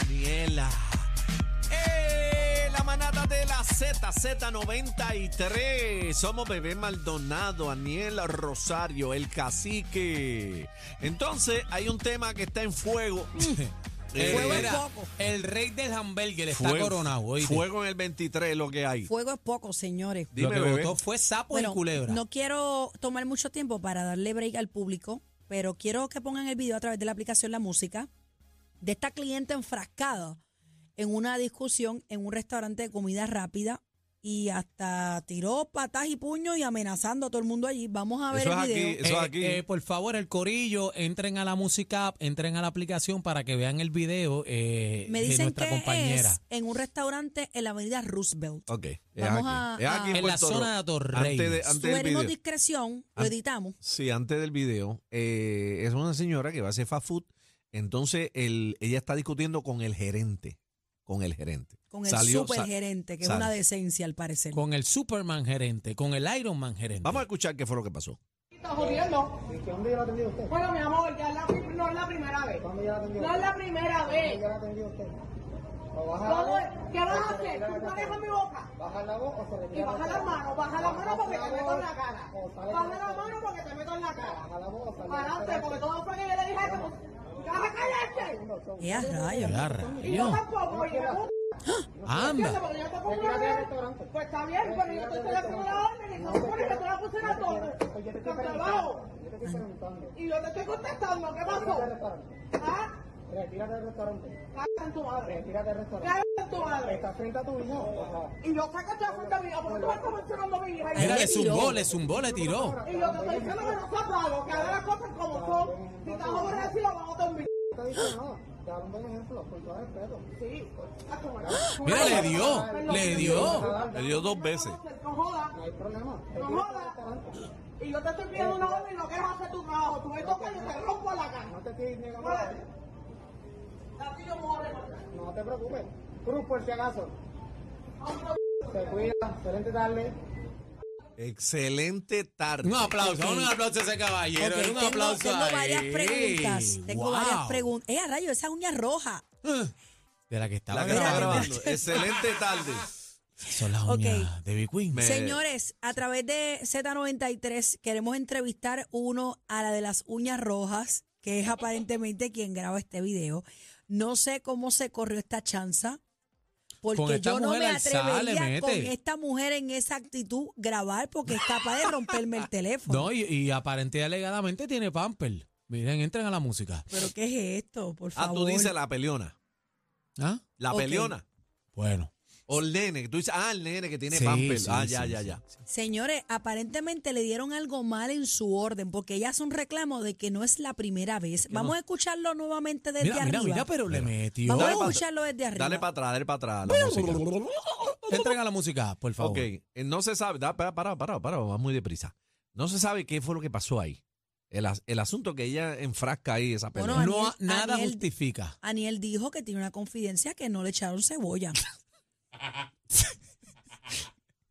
Daniela. ¡Eh! La manada de la Z, Z93. Somos Bebé Maldonado, Daniel Rosario, el cacique. Entonces, hay un tema que está en fuego. Eh, Fuego es Mira, poco. el rey del hamburger está fuego- coronado. oíste. Fuego en el 23, lo que hay. Fuego es poco, señores. Lo Dime, que bebé. votó fue sapo Bueno, y culebra. no quiero tomar mucho tiempo para darle break al público, pero quiero que pongan el video a través de la aplicación La Música de esta cliente enfrascada en una discusión en un restaurante de comida rápida y hasta tiró patas y puños y amenazando a todo el mundo allí. Vamos a ver Eso es el aquí, video. eso Eh, aquí. eh, por favor, el corillo, entren a la música, app, entren a la aplicación para que vean el video eh, Me de dicen nuestra que compañera. es en un restaurante en la avenida Roosevelt. Ok, es Vamos aquí. Es a- aquí a- en la Puerto zona de Rico. Atorrey. Antes, de- antes del Tuvimos video. discreción, lo An- editamos. Sí, antes del video. eh, es una señora que va a hacer fast food. Entonces, el, ella está discutiendo con el gerente. Con el gerente. Con el Salió- sa- supergerente, que sal- es una decencia al parecer. Con el Superman gerente, con el Iron Man gerente. Vamos a escuchar qué fue lo que pasó. Está jodiendo. ¿Y qué dónde ya la atendido usted? Bueno, mi amor, ya es la, pri- no es la primera vez. ¿Dónde ya la atendido No es la primera vez. ¿Dónde ya la atendido usted? ¿Cómo? es? ¿Qué vas a hacer? ¿Tú manejas mi boca? Baja la voz o se retira. Y baja la mano, baja la mano porque te meto en la cara. Baja la mano porque te meto en la cara. Baja la voz. Adelante, porque todo fue que yo le dije eso. ¡Vas a callarte! ¡Qué a rayos! Ya, Y yo rayos. tampoco, y yo ¿Entiendes? Anda. Porque yo te pongo una orden. Pues está bien, pero yo te estoy haciendo una orden y no supone que tú la pusieras todo. Con trabajo. Y yo te estoy contestando, ¿qué pasó? ¿Ah? Retírate del restaurante. Cállate en tu madre. Retírate del restaurante. Cállate en tu madre. Está frente a tu hijo. Y yo sé que estoy frente a mi hija, porque tú me estás mencionando a mi hija. Mira, le le tiró. zumbó, le zumbó, le tiró. Y yo te estoy diciendo que no seas bravo, que hagas las cosas como son. Si estás aborrecido, vamos a dormir. No te dice nada. Te da un buen ejemplo, con todo respeto. Sí. Ah, como no. Mira, le dio, le dio. Le dio dos veces. No jodas. No hay problema. No Retírate del jodas. restaurante. Y yo te estoy pidiendo una orden y no quieres hacer tu trabajo. Tú me tocas y yo te rompo la cara. No te estoy negando la Muévete. orden. A ti yo me voy a recortar. No te preocupes. Cruz, por si acaso. Se cuida. Excelente tarde. Excelente tarde. Un aplauso, Ok. un aplauso a ese caballero. Ok, un tengo, aplauso tengo varias ahí. preguntas. Tengo Wow. varias preguntas. ¡Eh, a rayo! Esa uña roja. De la que estaba La que estaba grabando. grabando. Excelente tarde. Son las Ok. uñas de Big Queen. Me- Eh. Señores, a través de Z93 queremos entrevistar uno a la de las uñas rojas, que es aparentemente quien graba este video. No sé cómo se corrió esta chanza, Con porque esta yo no me mujer alzada le atrevería con mete. esta mujer en esa actitud grabar porque es capaz de romperme el teléfono. No, y, y aparente y alegadamente tiene pamper. Miren, entren a la música. ¿Pero qué es esto? Por Ah, favor. tú dices la peleona. ¿Ah? La Ok. peleona. Bueno. O el nene. que Tú dices, ah, el nene que tiene Sí, pamper. sí, ah, ya, sí, ya, sí, ya. Señores, aparentemente le dieron algo mal en su orden, porque ella hace un reclamo de que no es la primera vez. Vamos a escucharlo nuevamente desde Mira, mira, arriba. mira, pero le metió. Vamos a Dale pa- escucharlo desde arriba. Dale para atrás, dale para atrás. la música. Entren a la música, por favor. Ok, eh, no se sabe, da, para, para, para, para, va muy deprisa. No se sabe qué fue lo que pasó ahí. El, as- el asunto que ella enfrasca ahí esa pelea. Bueno, No, Aniel- ha- nada Aniel- justifica. Aniel dijo que tiene una confidencia que no le echaron cebolla.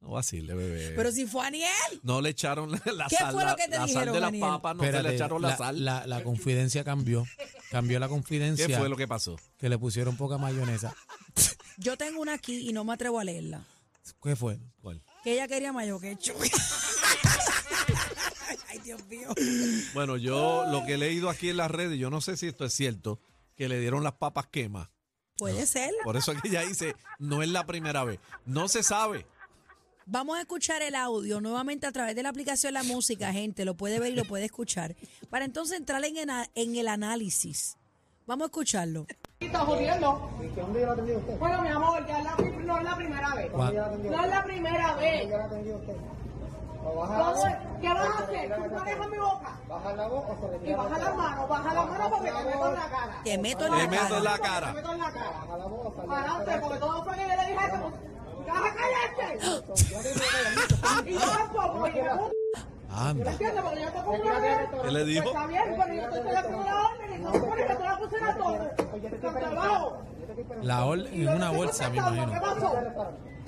No vacile, bebé. pero si fue Aniel. no le echaron la, la ¿Qué sal, fue lo la- que te la sal dijeron, de las Daniel? papas, no se Espérate, le echaron la, sal. La, la confidencia cambió. Cambió la ¿Qué confidencia. fue lo que pasó? que le pusieron poca mayonesa. Yo tengo una aquí y no me atrevo a leerla. ¿Qué fue? Que ella quería mayo quechu. Ay, Dios mío. Bueno, yo lo que he leído aquí en las redes, yo no sé si esto es cierto, que le dieron las papas quemas. Puede ser. Por eso es que ella dice, no es la primera vez. No se sabe. Vamos a escuchar el audio nuevamente a través de la aplicación La Música, gente. Lo puede ver y lo puede escuchar. Para entonces entrar en, ena- en el análisis. Vamos a escucharlo. Está jodiendo. ¿Y qué dónde ya la atendido usted? Bueno, mi amor, ya es la, pri- no es la primera vez. Juan. No es la primera vez. ¿Dónde ya la atendido usted? O baja la ¿Cómo voz. es? ¿Qué vas a hacer? Tú manejas mi boca. Baja la voz o se retira. Y baja la mano, baja la mano porque te meto en la cara. Te meto en Le la meto en cara. la cara. Te meto en la cara. Baja la voz. sal- Adelante, porque todo fue que yo le dije eso. ¡Vas a callarte! Y yo tampoco, y yo puta. ¿Me Anda. entiendes? Porque yo te pongo una orden. ¿Qué le dijo? Pues está bien, pero yo te estoy haciendo la orden y no supone que tú la pusieras todo. Con trabajo. La orden en una bolsa, me imagino. ¿Qué pasó?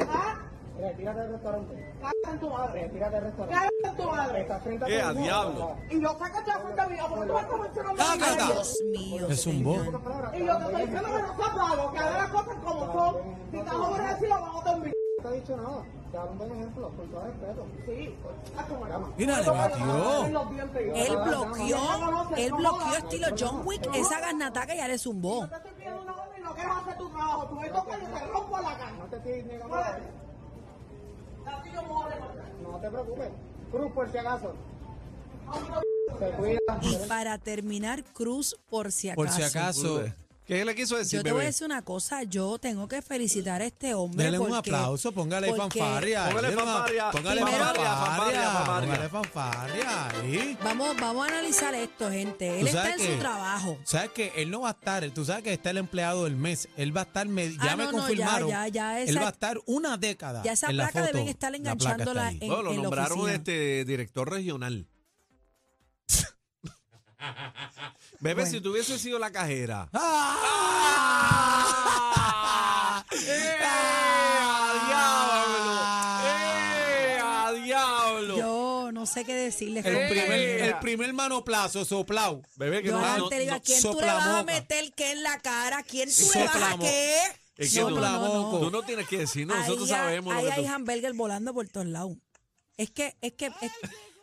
¿Ah? Retírate del restaurante. Cállate en tu madre. Retírate del restaurante. Cállate en tu madre. Está frente a tu ¿Qué? A hijo. diablo. Y yo sé que estoy frente a mi hija, porque tú me estás mencionando a mi Cállate. hija. Dios mío. Es un bo. señor. Y yo te estoy diciendo que no seas bravo, que Si estás borracho, lo vamos a dormir. No te ha dicho nada. Te da un buen ejemplo, con todo respeto. Sí, estás como el ama. Mira, le batió. Él bloqueó, él bloqueó estilo John Wick, esa garnataca ya le zumbó. No te estoy pidiendo una cosa y no quieres hacer tu trabajo. Tú me tocas y te rompo la cara. No te estoy negando nada. Muévete. Así yo me voy a recortar. No te preocupes. Cruz, por si acaso. Se cuida. Y para terminar, Cruz, por si acaso. Por si acaso. ¿Qué le quiso decir, Yo te voy a bebé? decir una cosa, yo tengo que felicitar a este hombre. Dele un porque- aplauso, póngale porque fanfaria. Póngale dele una- fanfaria, Póngale primero- fanfaria, fanfaria, fanfaria. Póngale fanfaria. ahí. Vamos, vamos a analizar esto, gente. Él Tú está sabes en que- su trabajo. ¿Sabes que Él no va a estar, tú sabes que está el empleado del mes. Él va a estar, me- ya Ah, me no, no, ya, confirmaron. ya, ya, él esa- va a estar una década. Ya esa en la placa foto. deben estar La placa enganchándola está ahí. en- Bueno, lo en la nombraron oficina. este director regional. Bebé, si tú hubiese sido la cajera. ¡Ah! ¡Eh, ¡Ah! ¡Eh, ¡A diablo! Yo no sé qué decirles. El compadre. primer, ¡Eh! el primer manoplazo, soplao. Bebé, que Yo no, antes no- le digo, no- ¿a quién tú le sopla vas a moca. meter qué en la cara? ¿Quién tú le vas Sopla a moca. qué? es que No, tú, no, no, no. tú no tienes que decirnos, nosotros Ahí ha- sabemos lo Ahí que tú- hay hamburger volando por todos lados. Es que, es que, es-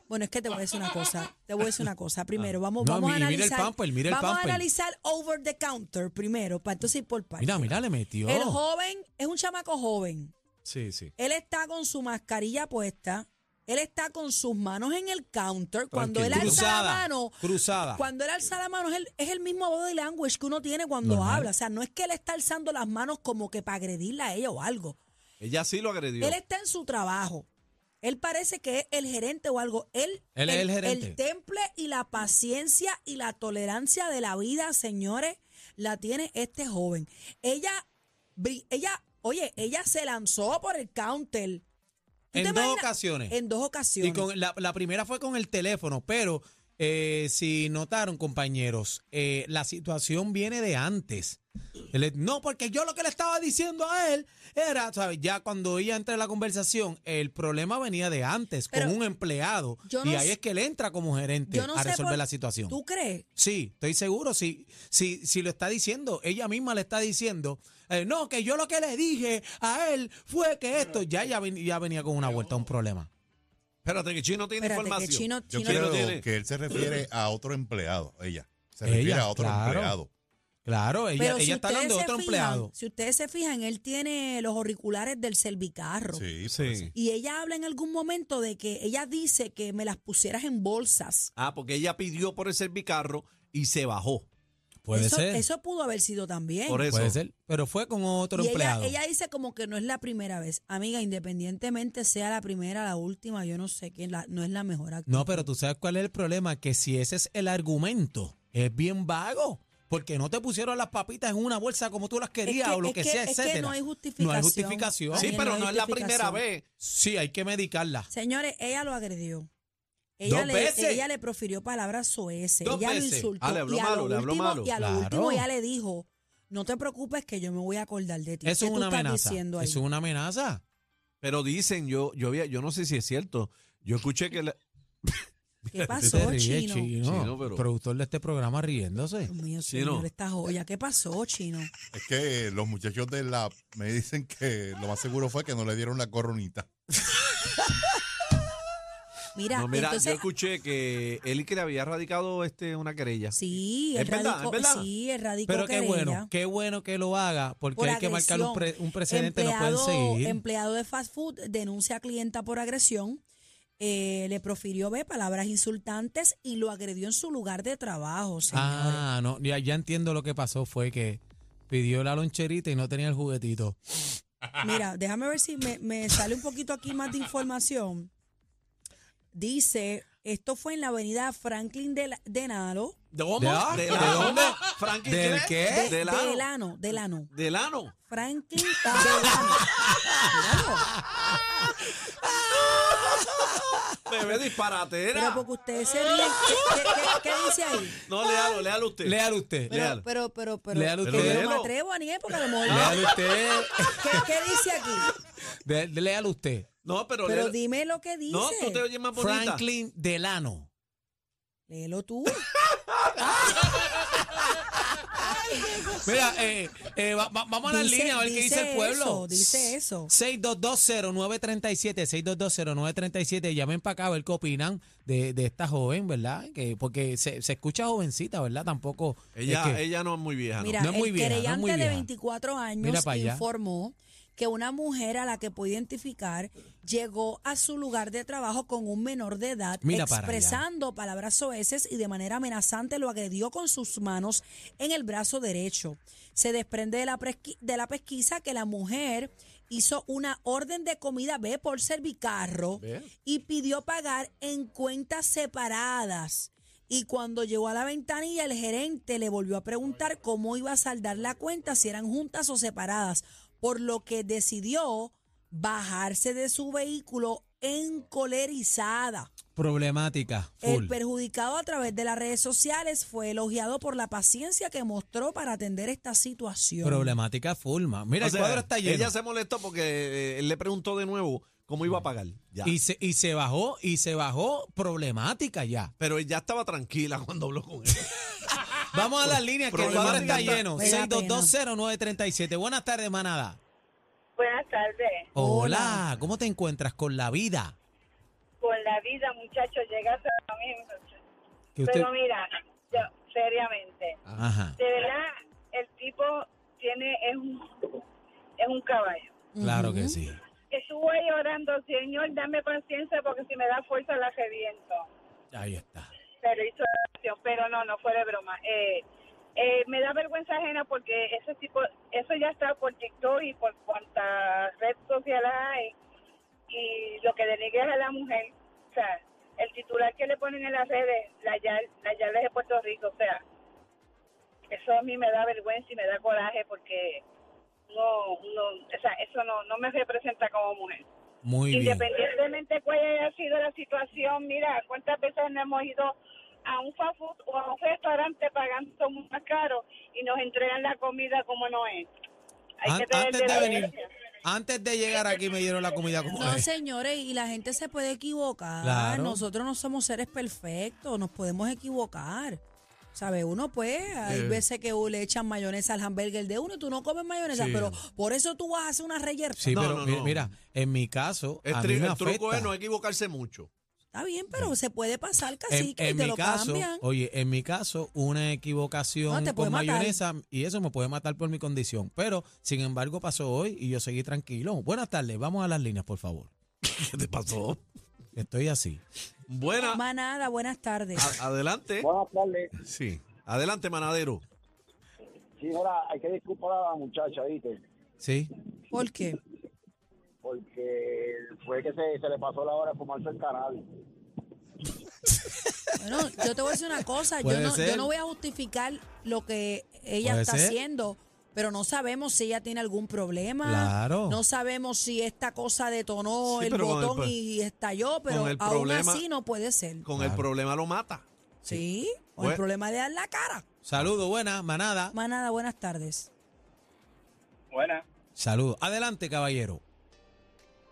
bueno, es que te voy a decir una cosa. Te voy a decir una cosa. Primero, vamos, Ah. No, vamos a mi- mira el analizar. pamper, mira el vamos pamper. a analizar over the counter primero, para entonces ir por partes. Mira, mira, le metió. El joven es un chamaco joven. Sí, sí. Él está con su mascarilla puesta. Él está con sus manos en el counter. Cuando él Tranquilo. alza la Cruzada, mano. cruzada. Cuando él alza la mano, es el, es el mismo body language que uno tiene cuando Normal. habla. O sea, no es que él está alzando las manos como que para agredirla a ella o algo. Ella sí lo agredió. Él está en su trabajo. Él parece que es el gerente o algo. Él, Él es el gerente. temple y la paciencia y la tolerancia de la vida, señores, la tiene este joven. Ella, bri- ella, oye, ella se lanzó por el counter. ¿Tú En te dos imaginas? ocasiones. En dos Y ocasiones. con la, la primera fue con el teléfono, pero eh, si notaron, compañeros, eh, la situación viene de antes. Él es- no, porque yo lo que le estaba diciendo a él era, ¿sabes? Ya cuando ella entra en la conversación, el problema venía de antes, Pero con un empleado. yo y no ahí sé- es que él entra como gerente Yo no este, a sé resolver por- la situación. ¿Tú crees? Sí, estoy seguro. Si, si, si lo está diciendo, ella misma le está diciendo, eh, no, que yo lo que le dije a él fue que esto ya, ya, ven- ya venía con una vuelta, un problema. Espérate, que Chino tiene Espérate, que información. Chino- Yo Chino- Chino creo tiene- que él se refiere a otro empleado, ella. Se Ella, refiere a otro claro. empleado. Claro, ella, Pero ella si está ustedes hablando de se otro fijan, empleado. Si ustedes se fijan, él tiene los auriculares del cervicarro. Sí, por eso. Sí. Y ella habla en algún momento de que ella dice que me las pusieras en bolsas. Ah, porque ella pidió por el servicarro y se bajó. Puede eso, ser, eso pudo haber sido también. Por eso. puede ser. Pero fue con otro y ella, empleado. ella dice como que no es la primera vez. Amiga, independientemente sea la primera, la última, yo no sé quién, la- no es la mejor actitud. No, pero tú sabes cuál es el problema, que si ese es el argumento, es bien vago. Porque no te pusieron las papitas en una bolsa como tú las querías que- o lo es que, que- sea, es que etcétera. no hay No hay justificación. justificación. pues, Sí, Ay, pero no hay no es la primera justificación. vez. Sí, hay que medicarla. Señores, ella lo agredió. Ella, Dos le, veces. ella le profirió palabras soeces. Dos ella veces. lo insultó. Ah, le habló y a lo malo, le habló último- malo. Y a lo Claro. último ella le dijo, no te preocupes que yo me voy a acordar de Eso ti. ¿Qué es tú una estás amenaza. diciendo Eso ahí? es una amenaza. Pero dicen, yo, yo, había, yo no sé si es cierto. Yo escuché que la- ¿Qué Usted pasó, ríe, Chino? Chino, pero- El productor de este programa riéndose. Dios mío, Chino. señor, esta joya. ¿Qué pasó, Chino? Es que los muchachos del lab me dicen que lo más seguro fue que no le dieron la coronita. Mira, No, mira, yo entonces... escuché que él que le había radicado este, una querella. Sí, Es el verdad, radicó, es verdad. sí, el radicó Pero qué querella bueno, qué bueno que lo haga, porque por hay que marcar un, pre- agresión. un precedente, no Empleado- pueden seguir. Empleado de fast food denuncia a clienta por agresión, eh, le profirió ve palabras insultantes y lo agredió en su lugar de trabajo, señores. Ah, no, ya, ya entiendo lo que pasó, fue que pidió la loncherita y no tenía el juguetito. Mira, déjame ver si me, me sale un poquito aquí más de información. Dice, esto fue en la avenida Franklin de, la- de Nalo. ¿De ¿De, ¿De- de dónde? dónde? Frankie, ¿Del ¿qué? De, ¿De Delano. lano? Delano, ¿De lano? Franklin Delano. Míralo. Bebé disparatera. Pero porque ustedes se ríen, ¿qué, qué- qué- qué dice ahí? No, léalo, léalo usted. Léalo usted. Lea- Léalo. Pero, pero, pero, pero, Léalo que usted. yo no me Léalo. atrevo a ni porque a lo mejor- Léalo usted. ¿Qué, qué dice aquí? De- de- léalo usted. No, pero, Pero léalo. dime lo que dice. No, tú te oyes más bonita. Franklin Delano. Léelo tú. Mira, eh, eh, va- va- vamos a la Dice- línea a ver qué dice el dice pueblo. eso, dice eso. 6220937, 6220937. Llamen para acá a ver qué opinan de, de esta joven, ¿verdad? Que, porque se, se escucha jovencita, ¿verdad? Tampoco. es Ella, que- ella no es muy vieja. ¿no? Mira, No es muy el vieja, no es querellante muy de vieja. 24 Mira años para allá. informó que una mujer a la que pudo identificar llegó a su lugar de trabajo con un menor de edad, Mira para allá. expresando palabras soeces y de manera amenazante lo agredió con sus manos en el brazo derecho. Se desprende de la, presqui- de la pesquisa que la mujer hizo una orden de comida B por servicarro Ve. y pidió pagar en cuentas separadas. Y cuando llegó a la ventanilla, el gerente le volvió a preguntar cómo iba a saldar la cuenta, si eran juntas o separadas, por lo que decidió bajarse de su vehículo encolerizada. Problemática. El full. perjudicado a través de las redes sociales fue elogiado por la paciencia que mostró para atender esta situación. Problemática full, ma. Mira, O el sea, cuadro está lleno. Ella se molestó porque eh, él le preguntó de nuevo cómo iba a pagar. Ya. Y se, y se bajó, y se bajó problemática ya. Pero ella estaba tranquila cuando habló con él. Vamos a las líneas, que el cuadro está Problemática. lleno. Me da pena. 6220937. Buenas tardes, manada. Buenas tardes. Hola, ¿cómo te encuentras con la vida? Con la vida, muchachos, llegaste a mí. muchacho. Que usted- Pero mira, yo, seriamente, Ajá, de verdad, el tipo tiene, es un, es un caballo. claro que sí. Estuvo ahí orando, Señor, dame paciencia porque si me da fuerza la reviento. Ahí está. Pero hizo oración, pero no, no fue de broma. Eh, eh, me da vergüenza ajena porque ese tipo, eso ya está por TikTok y por cuanta red social hay. Y lo que denigra a la mujer, o sea, el titular que le ponen en las redes, la Yal, la Yal es de Puerto Rico, o sea, eso a mí me da vergüenza y me da coraje porque no, no, o sea, eso no, no me representa como mujer. Muy bien. Independientemente cuál haya sido la situación, mira, cuántas veces no hemos ido a un fast food o a un restaurante pagando muy más caro y nos entregan la comida como no es. Hay An- que tener antes de venir, demencia. antes de llegar aquí me dieron la comida como No, es. señores, y la gente se puede equivocar. Claro. Nosotros no somos seres perfectos, nos podemos equivocar. ¿Sabe? Uno, pues, hay veces que le echan mayonesa al hamburger de uno y tú no comes mayonesa, Sí. pero por eso tú vas a hacer una reyerta. Sí, No, pero no, mi- no. mira, en mi caso, El, a tri- mí me el truco afecta. es no equivocarse mucho. Está bien, pero se puede pasar en, casi que en te mi lo caso, cambian. oye, en mi caso, una No, equivocación te puede con matar. mayonesa y eso me puede matar por mi condición. Pero, sin embargo, pasó hoy y yo seguí tranquilo. Buenas tardes, vamos a las líneas, por favor. ¿Qué te pasó? Estoy así. Buena. Manada, buenas tardes. Ah. a- adelante. Buenas tardes. Sí. Adelante, manadero. Sí, ahora hay que disculpar a la muchacha, ¿viste? Sí, ¿Por qué? Porque fue que se, se le pasó la hora de fumarse el canal. Bueno, yo te voy a decir una cosa, yo Puede no, yo ser. no voy a justificar lo que ella Puede está ser. haciendo, pero no sabemos si ella tiene algún problema. Claro. No sabemos si esta cosa detonó Sí, el pero con el botón pro- y estalló, pero con el aún problema- así no puede ser. Con Ah. Pues- el problema lo mata. sí, con el Bueno. problema de dar la cara. saludo, buena, manada. Manada, buenas tardes. Buena. Saludo. Adelante, caballero.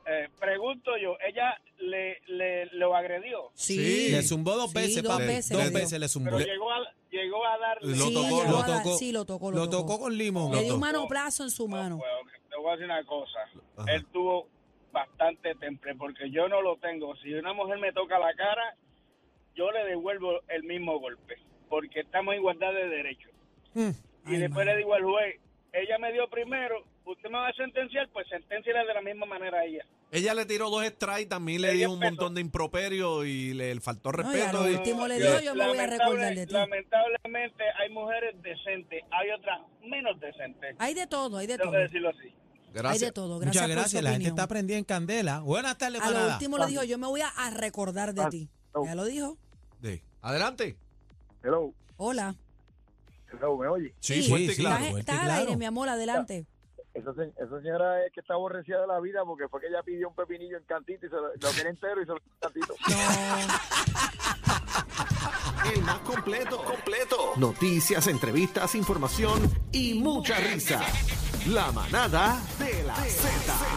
Eh, pregunto yo, ella le, le lo agredió, Sí, Sí. Le zumbó dos Sí, veces, dos papi. veces dos le dio. veces le zumbó. pero llegó a, llegó a darle. Lo Sí, tocó, llegó lo a dar- sí, lo tocó, lo, tocó. con limón. Le dio un tocó. manoplazo en su mano. Bueno, Pues, te voy a decir una cosa. Ajá. Él tuvo bastante temple porque yo no lo tengo. Si una mujer me toca la cara, yo le devuelvo el mismo golpe porque estamos en igualdad de derechos. Y Hmm. Ay, después mano. le digo al juez, ella me dio primero, usted me va a sentenciar, pues sentenciala de la misma manera a ella. Ella le tiró dos strikes, también le Ella dio un empezó. montón de improperio y le faltó No, y a respeto. lo y- último le dio, yo me voy a Lamentable- recordar de ti. Lamentablemente hay mujeres decentes, hay otras menos decentes. Hay de todo, hay de Tengo todo. que decirlo así. Hay Gracias. de todo. Muchas Gracias por su gracias. La gente opinión. está prendida en candela. Buenas tardes, A lo manada. último le dijo, yo me voy a, a recordar de ti. Ya lo dijo. De- Adelante. Hello, Hola. hello, ¿me oye? Sí, Sí, fuerte y sí, claro. Estás- fuerte y estás al claro. aire, mi amor, adelante. Esa, se- esa señora es que está aborrecida de la vida porque fue que ella pidió un pepinillo en cantito y se lo, lo quería entero y se lo dio en cantito. El más completo, completo. Noticias, entrevistas, información y mucha risa. La manada de la Z.